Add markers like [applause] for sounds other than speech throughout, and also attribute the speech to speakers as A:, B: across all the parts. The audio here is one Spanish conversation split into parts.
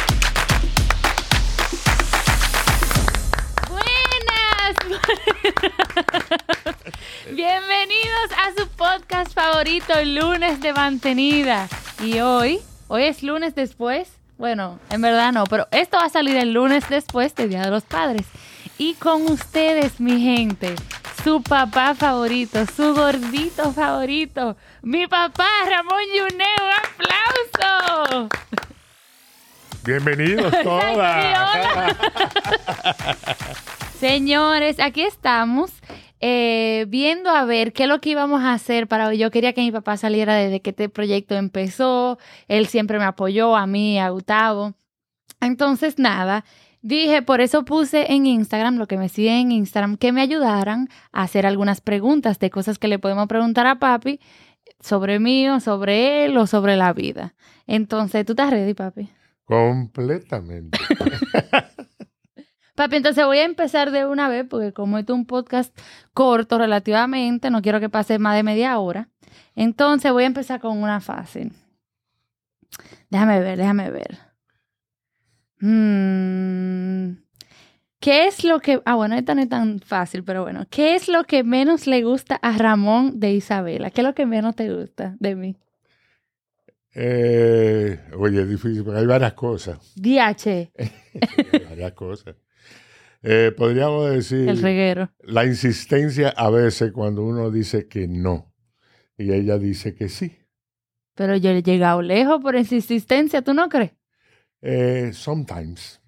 A: [laughs] a su podcast favorito, lunes de mantenida. Y hoy, hoy es lunes después, bueno, en verdad no, pero esto va a salir el lunes después del Día de los Padres. Y con ustedes, mi gente, su papá favorito, su gordito favorito, mi papá Ramón Yuneo, ¡un aplauso. [laughs]
B: Bienvenidos todas.
A: Señores, aquí estamos eh, viendo a ver qué es lo que íbamos a hacer para hoy. Yo quería que mi papá saliera desde que este proyecto empezó. Él siempre me apoyó, a mí, a Gustavo. Entonces, nada, dije, por eso puse en Instagram, lo que me siguen en Instagram, que me ayudaran a hacer algunas preguntas de cosas que le podemos preguntar a papi sobre mí o sobre él o sobre la vida. Entonces, ¿tú estás ready, papi?
B: Completamente.
A: Papi, entonces voy a empezar de una vez, porque como esto es un podcast corto relativamente, no quiero que pase más de media hora. Entonces voy a empezar con una fácil. Déjame ver, déjame ver. Mm, ¿Qué es lo que... Ah, bueno, esta no es tan fácil, pero bueno. ¿Qué es lo que menos le gusta a Ramón de Isabela? ¿Qué es lo que menos te gusta de mí?
B: Eh, oye, es difícil, pero hay varias cosas.
A: [laughs] DH,
B: Hay varias cosas. Eh, podríamos decir
A: el reguero.
B: la insistencia a veces cuando uno dice que no y ella dice que sí.
A: Pero yo he llegado lejos por esa insistencia, ¿tú no crees?
B: Eh, sometimes.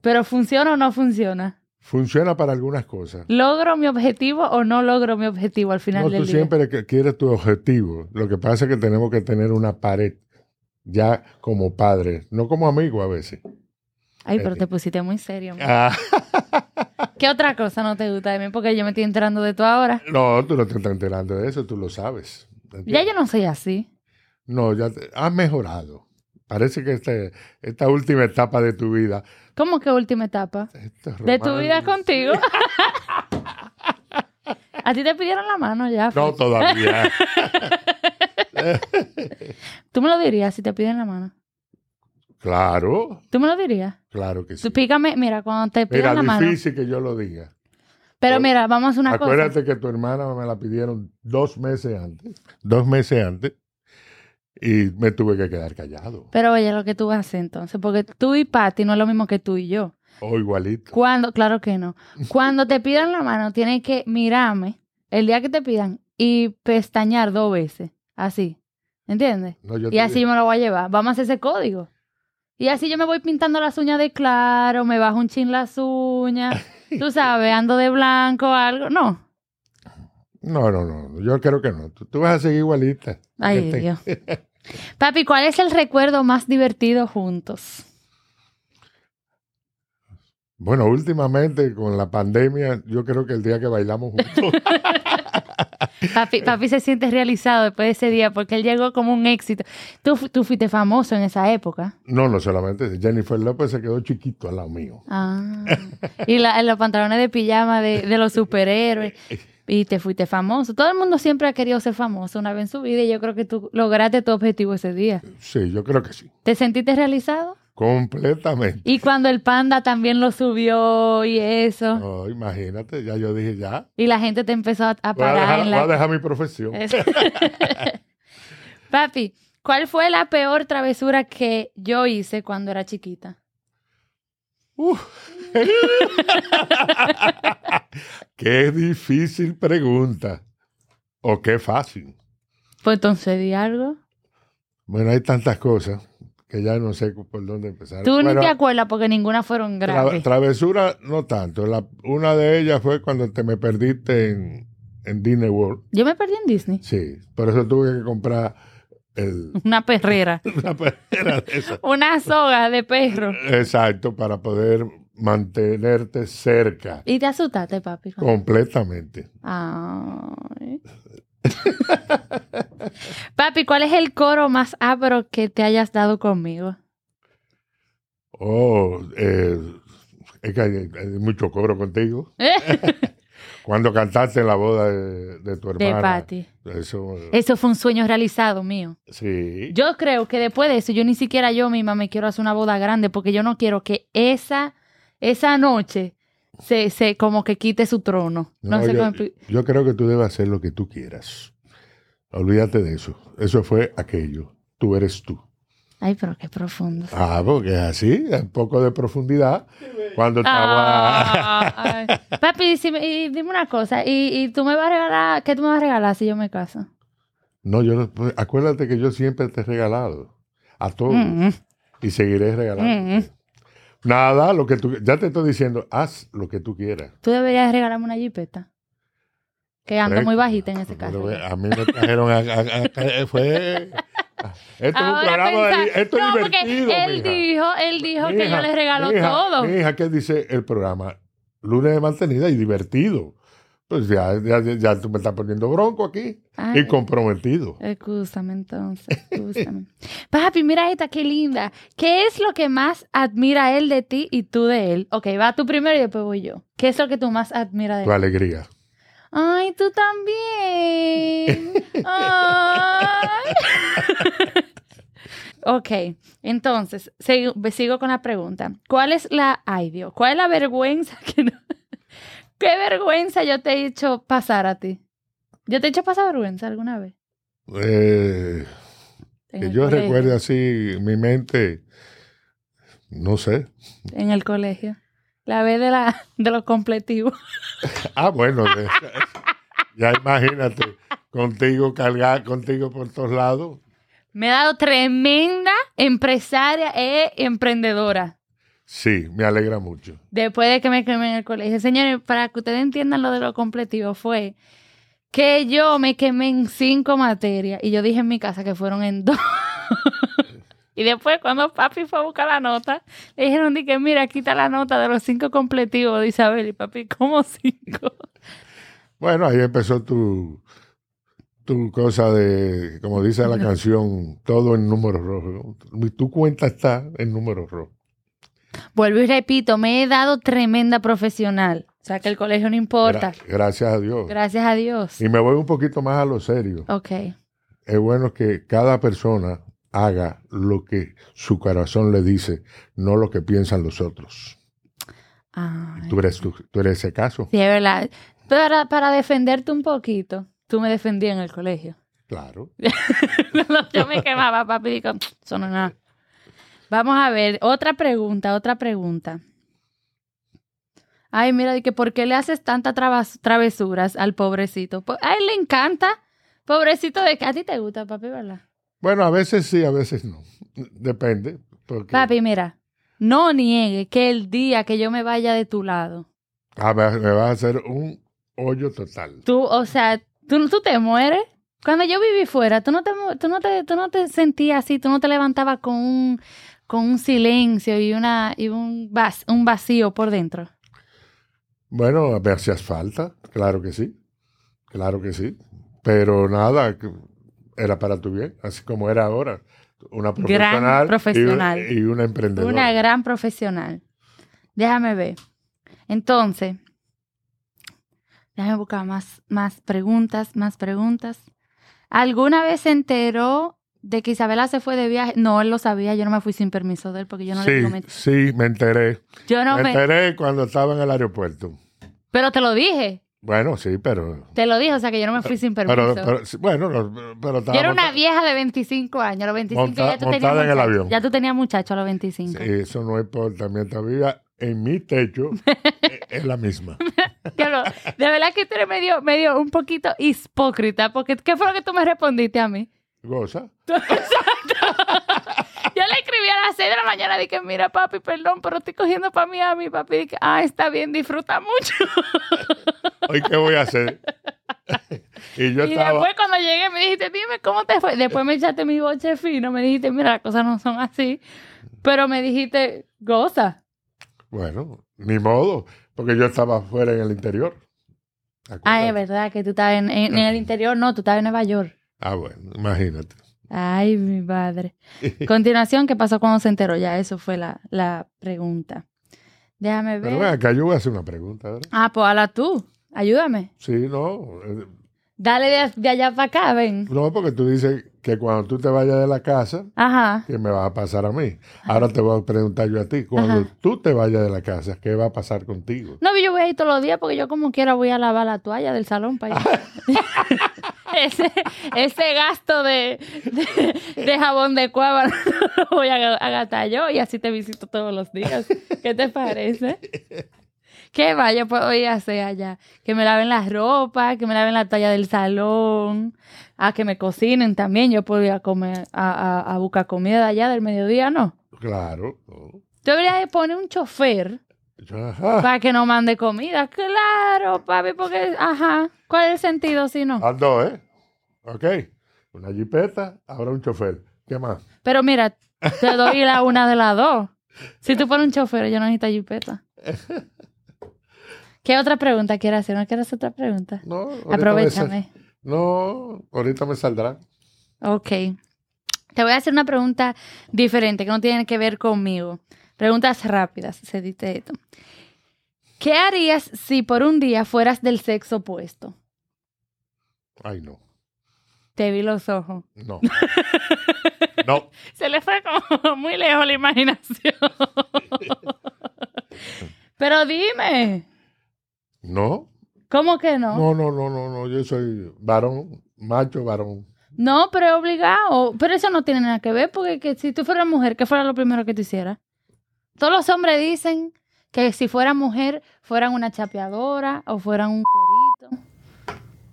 A: Pero funciona o no funciona.
B: Funciona para algunas cosas.
A: ¿Logro mi objetivo o no logro mi objetivo al final
B: No,
A: del
B: tú
A: día?
B: siempre que- quieres tu objetivo. Lo que pasa es que tenemos que tener una pared ya como padre, no como amigo a veces.
A: Ay, pero te pusiste muy serio. amor.
B: Ah.
A: ¿Qué otra cosa no te gusta de mí? Porque yo me estoy enterando de tú ahora.
B: No, tú no te estás enterando de eso, tú lo sabes.
A: Ya yo no soy así.
B: No, ya te- has mejorado. Parece que este- esta última etapa de tu vida. este
A: ¿Cómo que última etapa?
B: esto es
A: ¿De tu
B: román-
A: vida contigo? [laughs] A ti te pidieron la mano ya.
B: No,
A: Fer. [laughs]
B: todavía.
A: Tú me lo dirías si te piden la mano.
B: claro,
A: Tú me lo dirías.
B: claro que sí.
A: Tú pícame, mira, cuando te
B: Era
A: pidan la mano.
B: difícil que yo lo diga.
A: Pero mira, vamos a hacer una cosa.
B: Acuérdate que tu hermana me la pidieron dos meses antes. Dos meses antes. Y me tuve que quedar callado.
A: Pero oye, lo que tú vas a hacer entonces, porque tú y Patty no es lo mismo que tú y yo.
B: O igualito.
A: Cuando, claro que no. Cuando te pidan la mano, tienes que mirarme el día que te pidan y pestañear dos veces. Así. ¿Entiendes?
B: No, yo
A: Y
B: te-
A: así yo me lo voy a llevar. Vamos a hacer ese código. Y así yo me voy pintando las uñas de claro, me bajo un chin las uñas. Tú
B: [laughs]
A: sabes, ando de blanco, algo. No.
B: No, no, no. Yo creo que no. Tú, tú vas a seguir igualita.
A: Ay,
B: Este- [laughs]
A: Dios. Papi, ¿cuál es el recuerdo más divertido juntos?
B: Bueno, últimamente con la pandemia, yo creo que el día que
A: [laughs]
B: bailamos juntos.
A: Papi, papi se siente realizado después de ese día porque él llegó como un éxito. Tú, fu- tú fuiste famoso en esa época.
B: no, no solamente. Jennifer López se quedó chiquito al lado mío.
A: Ah, y la- los pantalones de pijama de, de los superhéroes. Y te fuiste famoso. Todo el mundo siempre ha querido ser famoso una vez en su vida y yo creo que tú lograste tu objetivo ese día.
B: Sí, yo creo que sí.
A: ¿Te sentiste realizado?
B: Completamente.
A: Y cuando el panda también lo subió y eso.
B: No, imagínate, ya yo dije, ya.
A: Y la gente te empezó a, a
B: Voy a,
A: parar
B: dejar,
A: en
B: voy a
A: la... Eh.
B: dejar mi profesión.
A: [laughs] Papi, ¿cuál fue la peor travesura que yo hice cuando era chiquita?
B: Uf. qué difícil pregunta. O qué fácil.
A: Pues entonces di algo.
B: Bueno, hay tantas cosas que ya no sé por dónde empezar.
A: Tú ni
B: Bueno,
A: te acuerdas porque ninguna fueron
B: Tra-
A: graves.
B: travesura no tanto. La- una de ellas fue cuando te me perdiste en, en Disney World.
A: Yo me perdí en Disney.
B: Sí, por eso tuve que comprar el,
A: [laughs] Una perrera.
B: una pecera de esas.
A: Una soga de perro.
B: Exacto, para poder mantenerte cerca
A: Y te asustaste, papi. cuando-
B: completamente.
A: Ay. papi, ¿cuál es el coro más abro que te hayas dado conmigo?
B: Oh, eh, es que hay, hay mucho cobro contigo.
A: de
B: Cuando cantaste en la boda de, de tu hermana.
A: Patty.
B: Eso,
A: Eso fue un sueño realizado mío.
B: sí.
A: Eh, Yo creo que después de eso, yo ni siquiera yo misma me quiero hacer una boda grande porque yo no quiero que esa, esa noche se, se como que quite su trono. No,
B: No,
A: sé
B: yo,
A: cómo expli-
B: yo creo que tú debes hacer lo que tú quieras. Olvídate de eso. Eso fue aquello. Tú eres tú.
A: Ay, pero qué profundo.
B: Ah, porque es así, un poco de profundidad. Cuando
A: Ah.
B: estaba.
A: Ay. Papi, y si me- y dime una cosa, y, y tú me vas a regalar, ¿qué tú me vas a regalar si yo me caso?
B: No, yo no- pues, acuérdate que yo siempre te he regalado a todos
A: Mm.
B: y seguiré regalando. Nada, lo que tú ya te estoy diciendo, haz lo que tú quieras.
A: Tú deberías regalarme una jipeta. Que anda
B: Fresco.
A: muy bajita en ese
B: Pero,
A: caso. ¿eh?
B: ve, a mí me trajeron a, a- a- a- fue
A: [laughs]
B: esto es un
A: Ahora
B: programa de,
A: pensar-
B: esto es
A: no,
B: divertido,
A: porque él
B: mija.
A: dijo, él dijo que yo
B: Mija,
A: le regaló
B: mija,
A: todo.
B: Mija, ¿qué dice el programa? Lunes de mantenida y divertido. Pues ya, ya, ya tú me estás poniendo bronco aquí
A: Ay.
B: y comprometido.
A: Excúsame entonces, excúsame. [laughs] Papi, mira esta, qué linda. ¿Qué es lo que más admira él de ti y tú de él? Ok, va tú primero y después voy yo. ¿Qué es lo que tú más admiras de
B: Tu
A: él?
B: alegría.
A: Ay, tú también. Ay. [laughs] ok, entonces, sigo, sigo con la pregunta. ¿Cuál es la... Ay, Dios, ¿cuál es la vergüenza [laughs] que no... ¿Qué vergüenza yo te he hecho pasar a ti? ¿Yo te he hecho pasar vergüenza alguna vez?
B: Eh,
A: En
B: que
A: el
B: yo
A: colegio.
B: recuerde así mi mente, no sé.
A: En el colegio. La vez de, la, de los completivos. [laughs]
B: Ah, bueno, de- ya imagínate, contigo cargar, contigo por todos lados.
A: Me he dado tremenda empresaria e emprendedora.
B: Sí, me alegra mucho.
A: Después de que me quemé en el colegio. Señores, para que ustedes entiendan lo de los completivos, fue que yo me quemé en cinco materias y yo dije en mi casa que fueron en dos. [laughs] y después, cuando papi fue a buscar la nota, le dijeron: di que mira, quita la nota de los cinco completivos de Isabel. Y papi, ¿cómo cinco? [laughs]
B: Bueno, ahí empezó tu, tu cosa de, como
A: [laughs]
B: dice la canción, todo en números rojos. ¿no? Tu cuenta está en números rojos.
A: Vuelvo y repito: me he dado tremenda profesional. O sea, que el colegio no importa.
B: Gra- gracias a Dios.
A: Gracias a Dios.
B: Y me voy un poquito más a lo serio.
A: Ok.
B: Es bueno que cada persona haga lo que su corazón le dice, no lo que piensan los otros.
A: Ay.
B: Tú eres, tú, tú eres ese caso.
A: Sí, es verdad. Para, para defenderte un poquito, tú me defendías en el colegio.
B: Claro.
A: Cuando [laughs] yo me quemaba, papi, digo, eso no es nada. Vamos a ver, otra pregunta, otra pregunta. Ay, mira, de que ¿por qué le haces tantas trabas- travesuras al pobrecito? Po- A él le encanta. Pobrecito de que a ti te gusta, papi, ¿verdad?
B: Bueno, a veces sí, a veces no. Depende. Porque,
A: Papi, mira, no niegue que el día que yo me vaya de tu lado,
B: Ah, me, me vas a hacer un hoyo total.
A: tú, o sea, tú, tú te mueres. Cuando yo viví fuera, tú no te, mu- tú no te, tú no te sentías así, tú no te levantabas con un, con un silencio y, una, y un, vas- un vacío por dentro.
B: Bueno, me hacías falta, claro que sí, claro que sí, pero nada, que era para tu bien, así como era ahora, una
A: Gran
B: profesional,
A: profesional.
B: Y, y una emprendedora.
A: Una gran profesional. Déjame ver. Entonces, déjame buscar más, más preguntas, más preguntas. ¿Alguna vez se enteró de que Isabela se fue de viaje? No, él lo sabía, yo no me fui sin permiso de él porque yo no le
B: sí, Este
A: digo mentiras.
B: sí, me enteré,
A: Yo no
B: me
A: me...
B: enteré cuando estaba en el aeropuerto.
A: Pero te lo dije.
B: Bueno, sí, pero,
A: Te lo dije, o sea que yo no me fui sin permiso.
B: pero, pero- sí, bueno, no, pero- pero estaba
A: yo era una
B: monta-
A: vieja de 25 años, a los 25
B: Monta-
A: ya tú tenías
B: montada en el
A: muchacho.
B: avión.
A: Ya tú tenías muchacho a los 25. [laughs]
B: Sí, eso no importa, mientras viva en mi techo eh, es la misma.
A: Diablo, de verdad que tú eres medio, medio un poquito hipócrita, porque ¿qué fue lo que tú me respondiste a mí?
B: Goza.
A: Yo le escribí a las 6 de la mañana, dije, mira papi, perdón, pero estoy cogiendo para mí a mi papi. Dije, ah, está bien, disfruta mucho.
B: ¿Hoy qué voy a hacer? [laughs] y yo
A: y
B: estaba...
A: después cuando llegué me dijiste, dime cómo te fue. Después me echaste mi boche fino, me dijiste, mira, las cosas no son así, pero me dijiste, goza.
B: Bueno, ni modo, porque yo estaba afuera en el interior.
A: Ah, es
B: Acuérdate.
A: verdad que tú estabas en, en- en el interior, no, tú estabas en Nueva York.
B: Ah, bueno, imagínate.
A: Ay, mi padre. Continuación, ¿qué pasó cuando se enteró? Ya, eso fue la, la pregunta. Déjame
B: Pero ven
A: ver.
B: acá, yo voy a hacer una pregunta. ¿verdad?
A: Ah, pues hala tú. Ayúdame.
B: Sí, no. eh,
A: Dale de, de allá para acá, ven.
B: No, porque tú dices que cuando tú te vayas de la casa,
A: Ajá.
B: ¿qué me va a pasar a mí? Ahora te voy a preguntar yo a ti, cuando tú te vayas de la casa, ¿qué va a pasar contigo?
A: No, yo voy a ir todos los días porque yo como quiera voy a lavar la toalla del salón para ir. ese, ese gasto de, de, de jabón de cuava [laughs] lo voy a, a gastar yo y así te visito todos los días. ¿Qué te parece? Que vaya, pues hoy hacer allá. Que me laven la ropa, que me laven la toalla del salón, a que me cocinen también. Yo puedo ir a comer, a, a- a buscar comida allá del mediodía, ¿no?
B: Claro. ¿no?
A: Yo debería de poner un chofer
B: Yo, ajá.
A: para que no mande comida. Claro, papi, porque, ajá, ¿cuál es el sentido si no?
B: Ando, ¿eh? Ok. Una jipeta, ahora un chofer. ¿Qué más?
A: Pero mira, te doy la una de las dos. Si tú pones un chofer, yo no necesito jipeta. ¿Qué otra pregunta quieres hacer? ¿No quieres hacer otra pregunta?
B: No, ahorita me sal-
A: Aprovechame.
B: No, ahorita me saldrá.
A: Ok. Te voy a hacer una pregunta diferente que no tiene que ver conmigo. Preguntas rápidas, se dice esto. ¿Qué harías si por un día fueras del sexo opuesto?
B: Ay, no.
A: Te vi los ojos.
B: No. No.
A: Se le fue como [laughs] muy lejos la imaginación. Pero dime,
B: No.
A: ¿cómo que no? No,
B: No, no, no, no, no. Yo soy varón, macho, varón.
A: pero es obligado. Pero eso no tiene nada que ver, porque que si tú fueras mujer, ¿qué fuera lo primero que tú hicieras? Todos los hombres dicen que si fuera mujer, fueran una chapeadora o fueran un cuerito.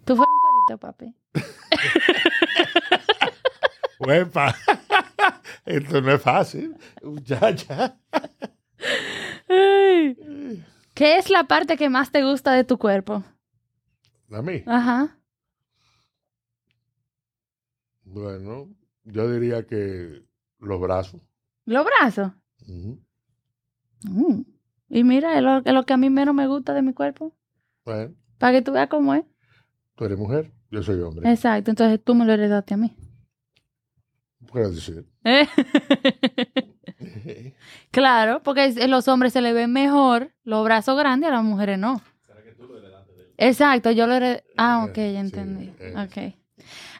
A: Tú fueras un cuerito, papi.
B: Uepa. [laughs] Esto no es fácil. Muchacha.
A: ¿Qué es la parte que más te gusta de tu cuerpo?
B: A mí.
A: Ajá.
B: Bueno, yo diría que los brazos.
A: ¿Los brazos?
B: Ujú.
A: Mm. Y mira, es lo, es lo que a mí menos me gusta de mi cuerpo.
B: Bueno,
A: Para que tú veas cómo es.
B: tú eres mujer, yo soy hombre.
A: Exacto, entonces tú me lo heredaste a mí.
B: Puedo decir. [laughs]
A: ¿Eh? [laughs] claro, porque es- los hombres se le ven mejor los brazos grandes, a las mujeres no. Exacto, yo lo heredé. Ah, ok,
B: Eh, Sí,
A: ya entendí.
B: eh.
A: Ok.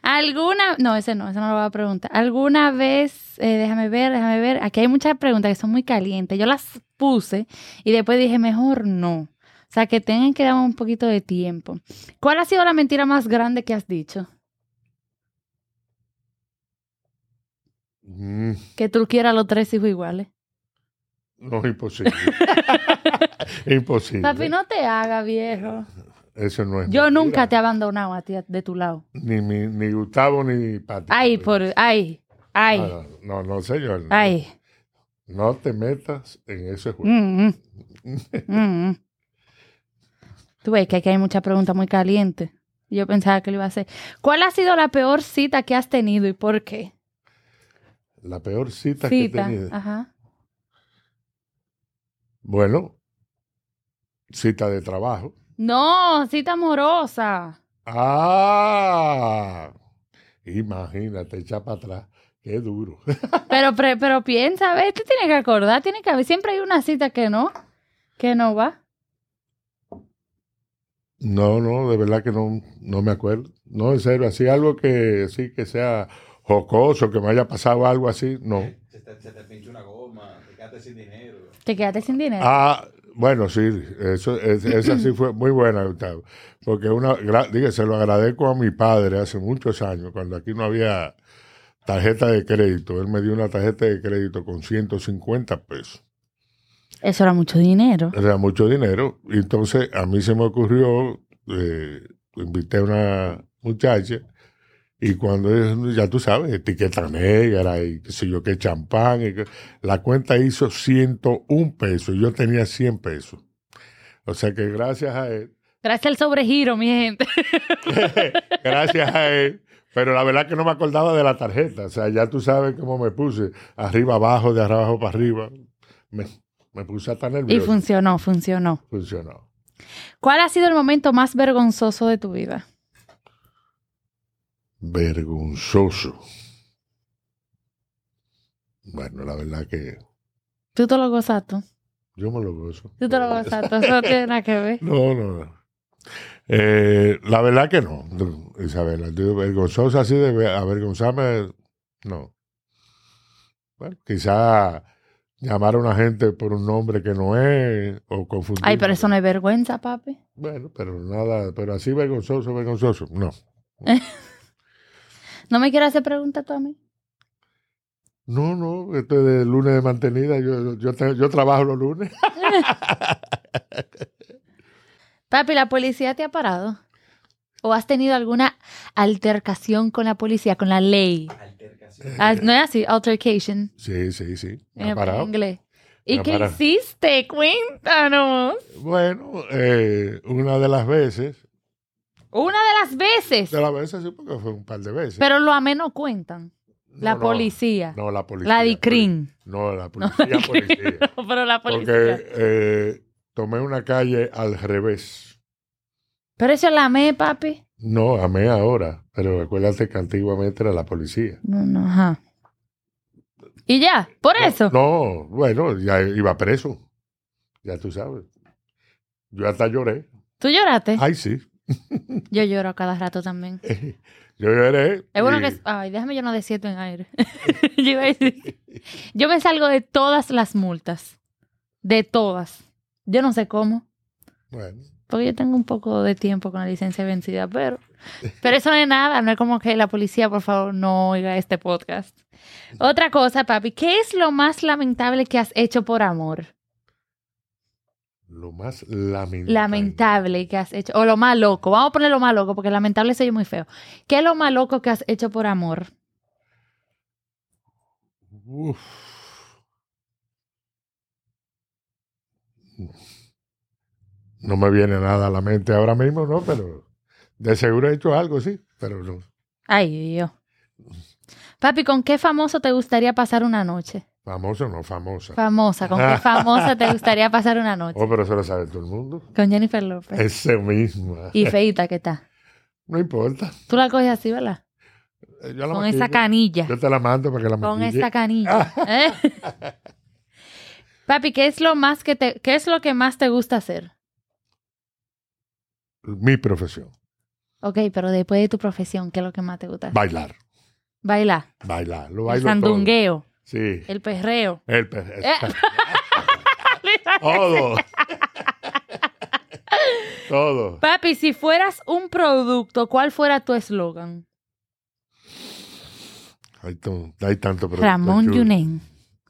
A: ¿Alguna, no, ese no, ese no lo voy a preguntar. ¿Alguna vez, eh, déjame ver, déjame ver, aquí hay muchas preguntas que son muy calientes. Yo las puse y después dije, mejor no. O sea, que tengan que dar un poquito de tiempo. ¿Cuál ha sido la mentira más grande que has dicho?
B: Mm,
A: Que tú quieras los tres hijos iguales. [laughs]
B: no, imposible. imposible.
A: Papi, no te haga, viejo.
B: Eso no es.
A: Yo
B: mentira.
A: nunca te he abandonado a ti a- de tu lado.
B: Ni, mi- ni Gustavo ni Pati. pues.
A: Ay, por. Ay, ay,
B: No, no, no, señor.
A: ay.
B: No te metas en ese juego.
A: Mm, mm. Mm, mm. Tú ves que aquí hay muchas preguntas muy calientes. Yo pensaba que lo iba a hacer. ¿Cuál ha sido la peor cita que has tenido y por qué?
B: La peor cita, que he
A: Mm. Cita. Ah.
B: tenido.
A: Ajá.
B: Bueno, cita de trabajo.
A: No, cita amorosa.
B: Ah, imagínate, echa para atrás. Qué duro. [laughs]
A: Pero, pre- pero piensa, ¿ves? Tú tienes que acordar, tiene que haber. Siempre hay una cita que no, que no va.
B: No, no, de verdad que no, no me acuerdo. No, en serio, así algo que sí que sea jocoso, que me haya pasado algo así, no.
C: Se te, se te pincha una goma, te quedaste sin dinero.
A: Te quedaste sin dinero.
B: Ah, bueno, sí, eso, es- esa sí fue muy buena, Gustavo. Porque una, gra- diga, se lo agradezco a mi padre hace muchos años, cuando aquí no había tarjeta de crédito. Él me dio una tarjeta de crédito con 150 pesos.
A: Eso era mucho dinero.
B: Era mucho dinero. Y entonces a mí se me ocurrió, eh, invité a una muchacha y cuando, es- ya tú sabes, etiqueta negra y qué sé yo qué champán, y qué- la cuenta hizo 101 pesos y yo tenía 100 pesos. O sea que gracias a él, [laughs]
A: Gracias al sobregiro, mi gente.
B: gracias a él, pero la verdad que no me acordaba de la tarjeta. O sea, ya tú sabes cómo me puse, arriba abajo, de abajo para arriba. Me, me puse hasta
A: Y
B: nervioso.
A: funcionó, funcionó.
B: Funcionó.
A: ¿Cuál ha sido el momento más vergonzoso de tu vida?
B: Vergonzoso. Bueno, la verdad que
A: Tú te lo gozaste.
B: yo me lo gozo. [laughs]
A: Tú te lo gozaste. Eso no tiene nada que ver.
B: No, no, no. Eh, la verdad que no, Isabela. Yo, Vergonzosa así de ve- avergonzarme, no. Bueno, quizá llamar a una gente por un nombre que no es o confundir.
A: Ay, pero eso no es vergüenza, papi.
B: Bueno, pero nada, pero así vergonzoso, vergonzoso, no.
A: No me quieras hacer preguntas tú a mí.
B: No, no, esto es de lunes de mantenida, yo, yo, te- yo trabajo los lunes.
A: Papi, ¿la policía te ha parado? ¿O has tenido alguna altercación con la policía, con la ley?
C: Altercación.
A: Ah, No es así, altercation.
B: Sí, sí, sí, Eh, me
A: En
B: ha parado.
A: inglés.
B: Me
A: ¿Y
B: ha
A: qué
B: parado.
A: hiciste? Cuéntanos.
B: Bueno, eh, una de las veces,
A: Una de las veces.
B: de las veces sí, porque fue un par de veces.
A: Pero lo ameno cuentan.
B: No,
A: La
B: no,
A: policía.
B: No, la policía.
A: la DICRIN.
B: No, la policía, policía.
A: No, [laughs] pero la policía.
B: Porque eh, tomé una calle al revés.
A: Pero eso la amé, papi.
B: No, amé ahora, pero acuérdate que antiguamente era la policía.
A: No, no, ajá. Y ya, por eso.
B: No, bueno, ya iba preso. Ya tú sabes. Yo hasta lloré.
A: Tú lloraste.
B: Ay, sí.
A: Yo lloro a cada rato también.
B: Yo lloré.
A: Es bueno
B: y-
A: que. Ay, déjame yo no decir esto en
B: [laughs]
A: aire. yo, iba a decir- yo me salgo de todas las multas. De todas. Yo no sé cómo.
B: Bueno,
A: Porque yo tengo un poco de tiempo con la licencia vencida, pero. Pero eso no es nada. No es como que la policía, por favor, no oiga este podcast. Otra cosa, papi. ¿Qué es lo más lamentable que has hecho por amor?
B: lo más lamentable.
A: Lamentable que has hecho. O lo más loco. Vamos a poner lo más loco, porque lamentable soy muy feo. ¿Qué es lo más loco que has hecho por amor?
B: Uf. No me viene nada a la mente ahora mismo, ¿no? Pero de seguro he hecho algo, sí, pero no.
A: Ay, Dios. Papi, ¿con qué famoso te gustaría pasar una noche?
B: Famoso no, famosa.
A: Famosa, ¿con qué famosa te gustaría pasar una noche?
B: Oh, pero eso lo sabe todo el mundo.
A: Con Jennifer López.
B: Ese mismo.
A: Y feita que está.
B: No importa.
A: Tú la coges así, ¿verdad?
B: Eh, yo la
A: Con esa
B: maquillo.
A: canilla.
B: Yo te la Ah. mando para que la
A: Con
B: maquille.
A: esa canilla. ¿eh? [laughs] Papi, ¿qué es lo más que te, qué es lo que más te gusta hacer?
B: Mi profesión.
A: Ok, pero después de tu profesión, ¿qué es lo que más te gusta? hacer?
B: Bailar.
A: Bailar.
B: Bailar. Lo
A: El
B: bailo todo.
A: sandungueo.
B: Sí.
A: El perreo.
B: El pe-
A: Eh. [laughs]
B: Todo.
A: [laughs]
B: todo.
A: Papi, si fueras un producto, ¿cuál fuera tu eslogan?
B: Hay, to- hay tanto producto
A: Ramón
B: chulo.
A: Yunen.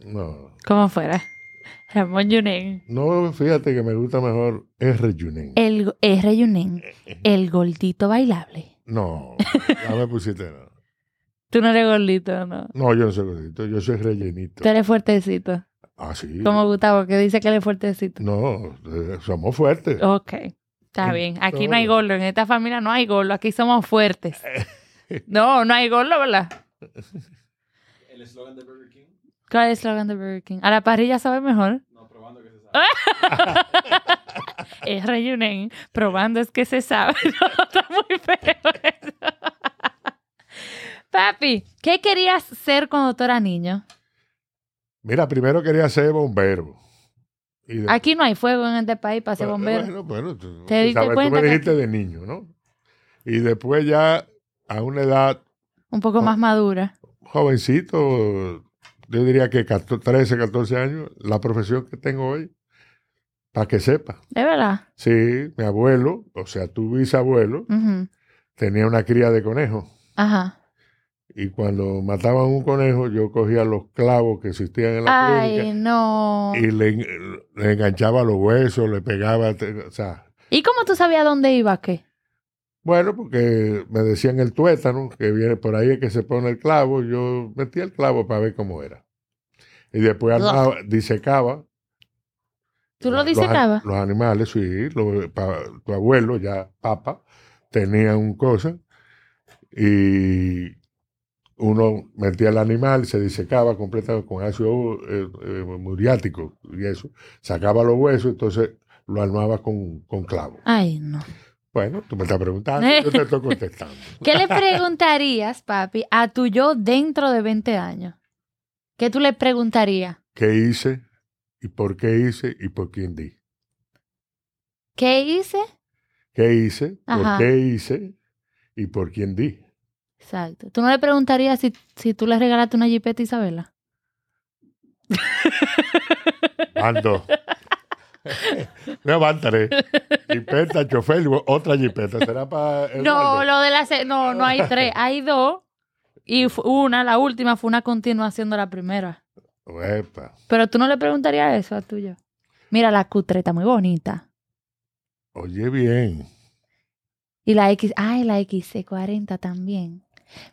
B: No.
A: ¿Cómo fuera? [laughs] Ramón Yunen.
B: No, fíjate que me gusta mejor R. Yunen.
A: El go- R. Yunen. El gordito bailable.
B: No, ya me pusiste. nada.
A: Tú no eres gordito, no.
B: No, yo no soy gordito, yo soy rellenito.
A: Tú eres fuertecito.
B: Ah, sí.
A: Como Gustavo, que dice que él es fuertecito.
B: No, eh, somos fuertes.
A: Ok. Está bien. Aquí no hay
B: todo.
A: gordo. En esta familia no hay gordo. Aquí somos fuertes.
B: Eh. [laughs]
A: No, no hay gordo, ¿verdad?
C: El eslogan de Burger King.
A: ¿Cuál es el slogan de Burger King? A la parrilla sabe mejor.
C: No, probando que se sabe.
A: R. Yunen. Eh, Probando es que se sabe. [laughs] No, está muy feo eso. Papi, ¿qué querías ser cuando tú eras niño?
B: Mira, primero quería ser bombero. Y de- pues,
A: Aquí no hay fuego en este país para ser bombero.
B: Bueno, bueno, tú,
A: ¿Te diste
B: sabes, tú
A: cuenta
B: me
A: que-
B: dijiste de niño, ¿no? Y después ya a una edad
A: Un poco más madura.
B: jovencito, yo diría que 14, 13, 14 años, la profesión que tengo hoy, para que sepa.
A: De verdad.
B: Sí, mi abuelo, o sea, tu bisabuelo,
A: Ujú.
B: tenía una cría de conejos.
A: Ajá.
B: Y cuando mataban un conejo, yo cogía los clavos que existían en la
A: Ay,
B: clínica
A: no.
B: y le, en- le enganchaba los huesos, le pegaba. te- o sea,
A: ¿Y cómo tú sabías dónde iba qué?
B: bueno, porque me decían el tuétano, que viene por ahí es que se pone el clavo. Yo metía el clavo para ver cómo era. Y después armaba- disecaba.
A: ¿Tú lo
B: los-
A: disecabas?
B: Los, animales, sí. lo- pa- tu abuelo, ya papa, tenía un cosa y uno metía el animal, se disecaba completamente con ácido eh, eh, muriático y eso. Sacaba los huesos, entonces lo armaba con, con clavo.
A: Ay, no.
B: Bueno, tú me estás
A: [laughs]
B: preguntando, yo te estoy contestando.
A: ¿Qué [laughs] le preguntarías, papi, a tu yo dentro de 20 años? ¿Qué tú le preguntarías?
B: ¿Qué hice? ¿Y por qué hice? ¿Y por quién di?
A: ¿Qué hice?
B: ¿Qué hice? ¿Por
A: Ajá.
B: qué hice? ¿Y por quién di?
A: Exacto. ¿Tú no le preguntarías si, si tú le regalaste una jipeta a Isabela?
B: Van dos. [laughs] Me van tres. Jipeta, chofer, y otra jipeta. ¿Será para.?
A: No, lo de la se- no, no hay tres, hay dos. Y fu- una, la última, fue una continuación de la primera.
B: Epa.
A: Pero tú no le preguntarías eso a tuyo. Mira, la Q3 está muy bonita.
B: Oye, bien.
A: Y la X, ay, la XC40 también.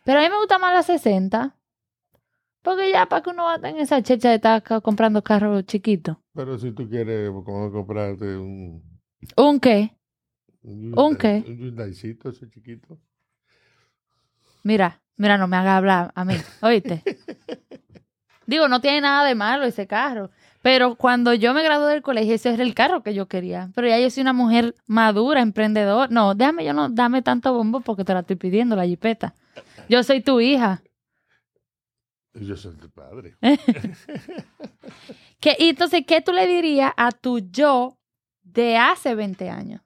A: Pero a mí me gusta más la 60. Porque ya para que uno va en esa checha de estar ca- comprando carros chiquitos.
B: Pero si tú quieres, ¿cómo comprarte un.
A: ¿Un qué? ¿Un
B: Hyundai-
A: qué?
B: Un Hyundaicito, ese chiquito.
A: Mira, mira, no me haga hablar a mí, ¿oíste? Digo, no tiene nada de malo ese carro. Pero cuando yo me gradué del colegio, ese era el carro que yo quería. Pero ya yo soy una mujer madura, emprendedora. No, déjame, yo no, dame tanto bombo porque te la estoy pidiendo, la jipeta. Yo soy tu hija.
B: Y Yo soy tu padre.
A: Eh, ¿Qué- y entonces, ¿qué tú le dirías a tu yo de hace 20 años?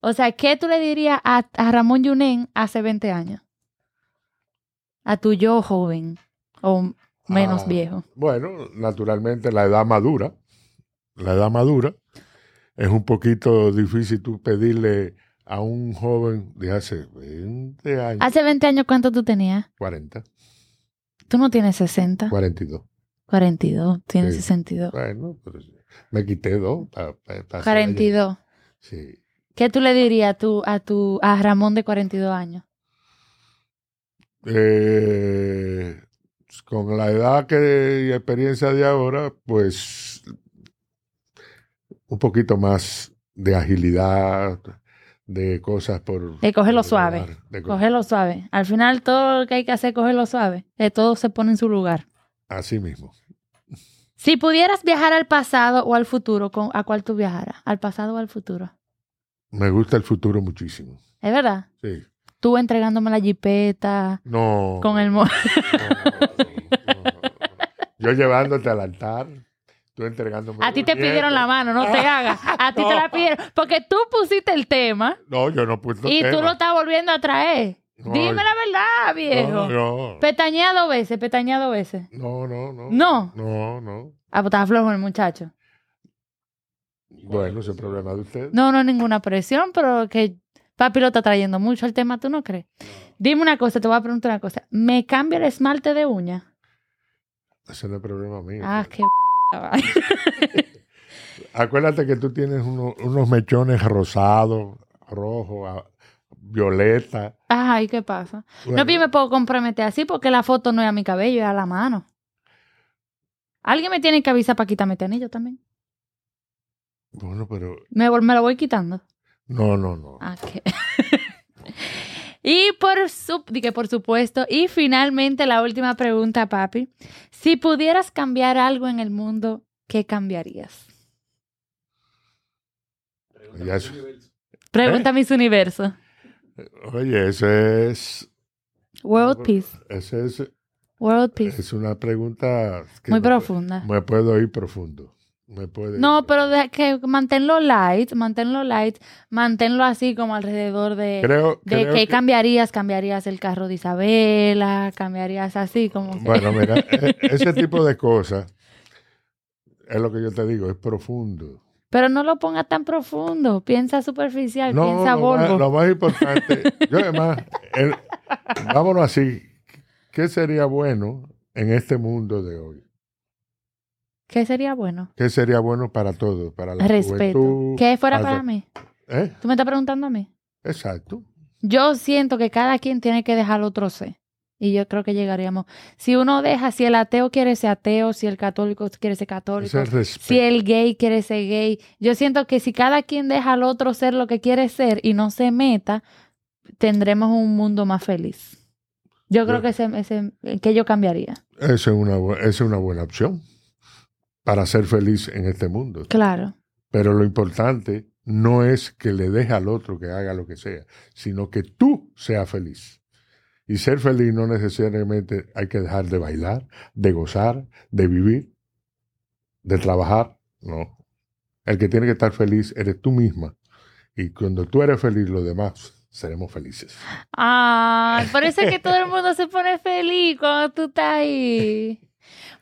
A: O sea, ¿qué tú le dirías a, a Ramón Yunen hace 20 años? A tu yo joven o menos
B: Ah,
A: viejo.
B: Bueno, naturalmente la edad madura, la edad madura, es un poquito difícil tú pedirle a un joven de hace 20 años,
A: Hace 20 años, ¿cuánto tú tenías?
B: 40,
A: Tú no tienes 60,
B: 42.
A: 42, tienes
B: Sí.
A: 62.
B: Bueno, pero sí, me quité dos. pa- pa- pa-
A: 42.
B: Sí.
A: ¿Qué tú le dirías a tu, a tu a Ramón de 42 años?
B: Eh, con la edad que, y experiencia de ahora, pues un poquito más de agilidad, de cosas por...
A: De cogerlo
B: por
A: suave.
B: lograr, de co-
A: Cógelo suave. Al final todo lo que hay que hacer es cogerlo suave. Eh, todo se pone en su lugar.
B: Así mismo.
A: Si pudieras viajar al pasado o al futuro, ¿con- ¿a cuál tú viajaras? ¿Al pasado o al futuro?
B: Me gusta el futuro muchísimo.
A: ¿Es verdad?
B: Sí.
A: Tú entregándome la jipeta
B: No.
A: con el... mo- [laughs]
B: no, no, no. Yo llevándote al altar, tú entregándome.
A: A ti te
B: los
A: pidieron la
B: nietos.
A: mano, no te hagas. A ti te
B: [laughs]
A: la pidieron. Porque tú pusiste el tema
B: No, yo no he puesto
A: y tú
B: tema.
A: lo estás volviendo a traer.
B: No,
A: Dime la verdad,
B: No,
A: viejo.
B: no.
A: Petañea dos veces, petañea dos veces.
B: No, no, no.
A: No.
B: No, no.
A: Ah, pues estaba flojo el muchacho.
B: Bueno, ese es el problema de usted.
A: No, no, ninguna presión, pero que papi lo está trayendo mucho al tema, ¿tú no crees? Dime una cosa, te voy a preguntar una cosa. ¿Me cambio el esmalte de uña?
B: Ese no es problema mío.
A: Ah, qué [laughs]
B: Acuérdate que tú tienes uno- unos mechones rosados, rojos, a- violeta.
A: Ay, ¿qué pasa?
B: Bueno,
A: No, pero yo me puedo comprometer así porque la foto no es a mi cabello, es a la mano. Alguien me tiene que avisar para quitarme este anillo también.
B: bueno, pero.
A: Me, vol- me lo voy quitando.
B: No, no, no.
A: Ah, qué- [laughs] y por, su- di que por supuesto, y finalmente la última pregunta, papi. Si pudieras cambiar algo en el mundo, ¿qué cambiarías?
C: Pregúntame
B: Ya
C: a
B: eso.
C: Julio Belts.
B: Eh.
A: Pregunta mis universo.
B: Oye, ese es.
A: World Peace.
B: Ese es,
A: World Peace.
B: pues, es una pregunta. que pues,
A: Muy
B: me pu-
A: profunda.
B: Me puedo ir profundo. Me puede
A: No,
B: ir-
A: pero deja que manténlo light, manténlo light, manténlo así como alrededor de,
B: Creo,
A: de
B: creo
A: qué cambiarías, cambiarías el carro de Isabela, cambiarías así como que- [laughs]
B: Bueno, mira, e- ese tipo de cosas es lo que yo te digo, es profundo.
A: Pero no lo pongas tan profundo, piensa superficial,
B: No,
A: piensa
B: lo más,
A: Volvo.
B: lo más importante, yo además, el- vámonos así, ¿qué sería bueno en este mundo de hoy?
A: ¿Qué sería bueno?
B: ¿Qué sería bueno para todos? Para la
A: Respeto.
B: juventud,
A: ¿Qué fuera
B: para-
A: para mí?
B: ¿eh?
A: ¿Tú me estás preguntando a mí?
B: Exacto.
A: Yo siento que cada quien tiene que dejar al otro ser. Y yo creo que llegaríamos. Si uno deja, si el ateo quiere ser ateo, si el católico quiere ser católico,
B: Ese es
A: Si
B: respeto.
A: el gay quiere ser gay, yo siento que si cada quien deja al otro ser lo que quiere ser y no se meta, tendremos un mundo más feliz. Yo creo
B: Yo-
A: que, ese, ese- que yo cambiaría.
B: Esa es una, bu- esa es una buena opción para ser feliz en este mundo.
A: Claro.
B: Pero lo importante no es que le deje al otro que haga lo que sea, sino que tú seas feliz. Y ser feliz no necesariamente hay que dejar de bailar, de gozar, de vivir, de trabajar. No. El que tiene que estar feliz eres tú misma Y cuando tú eres feliz, los demás seremos felices.
A: Ay, Ah, por eso es que todo el mundo se pone feliz cuando tú estás ahí.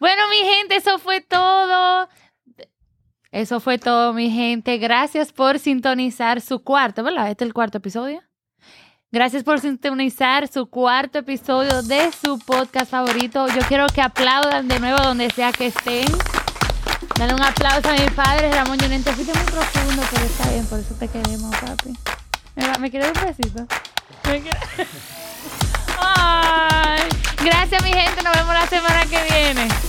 A: Bueno, mi gente, eso fue todo. Eso fue todo, mi gente. Gracias por sintonizar su cuarto, ¿verdad? Este es el cuarto episodio. Gracias por sintonizar su cuarto episodio de su podcast favorito. Yo quiero que aplaudan de nuevo donde sea que estén. Dale un aplauso a mis padres, Ramón Llorente. Fuiste muy profundo, pero está bien, por eso te queremos, papi. Mira, ¿me quieres un besito? Me quiero- Ay, gracias, mi gente. Nos vemos la semana que viene.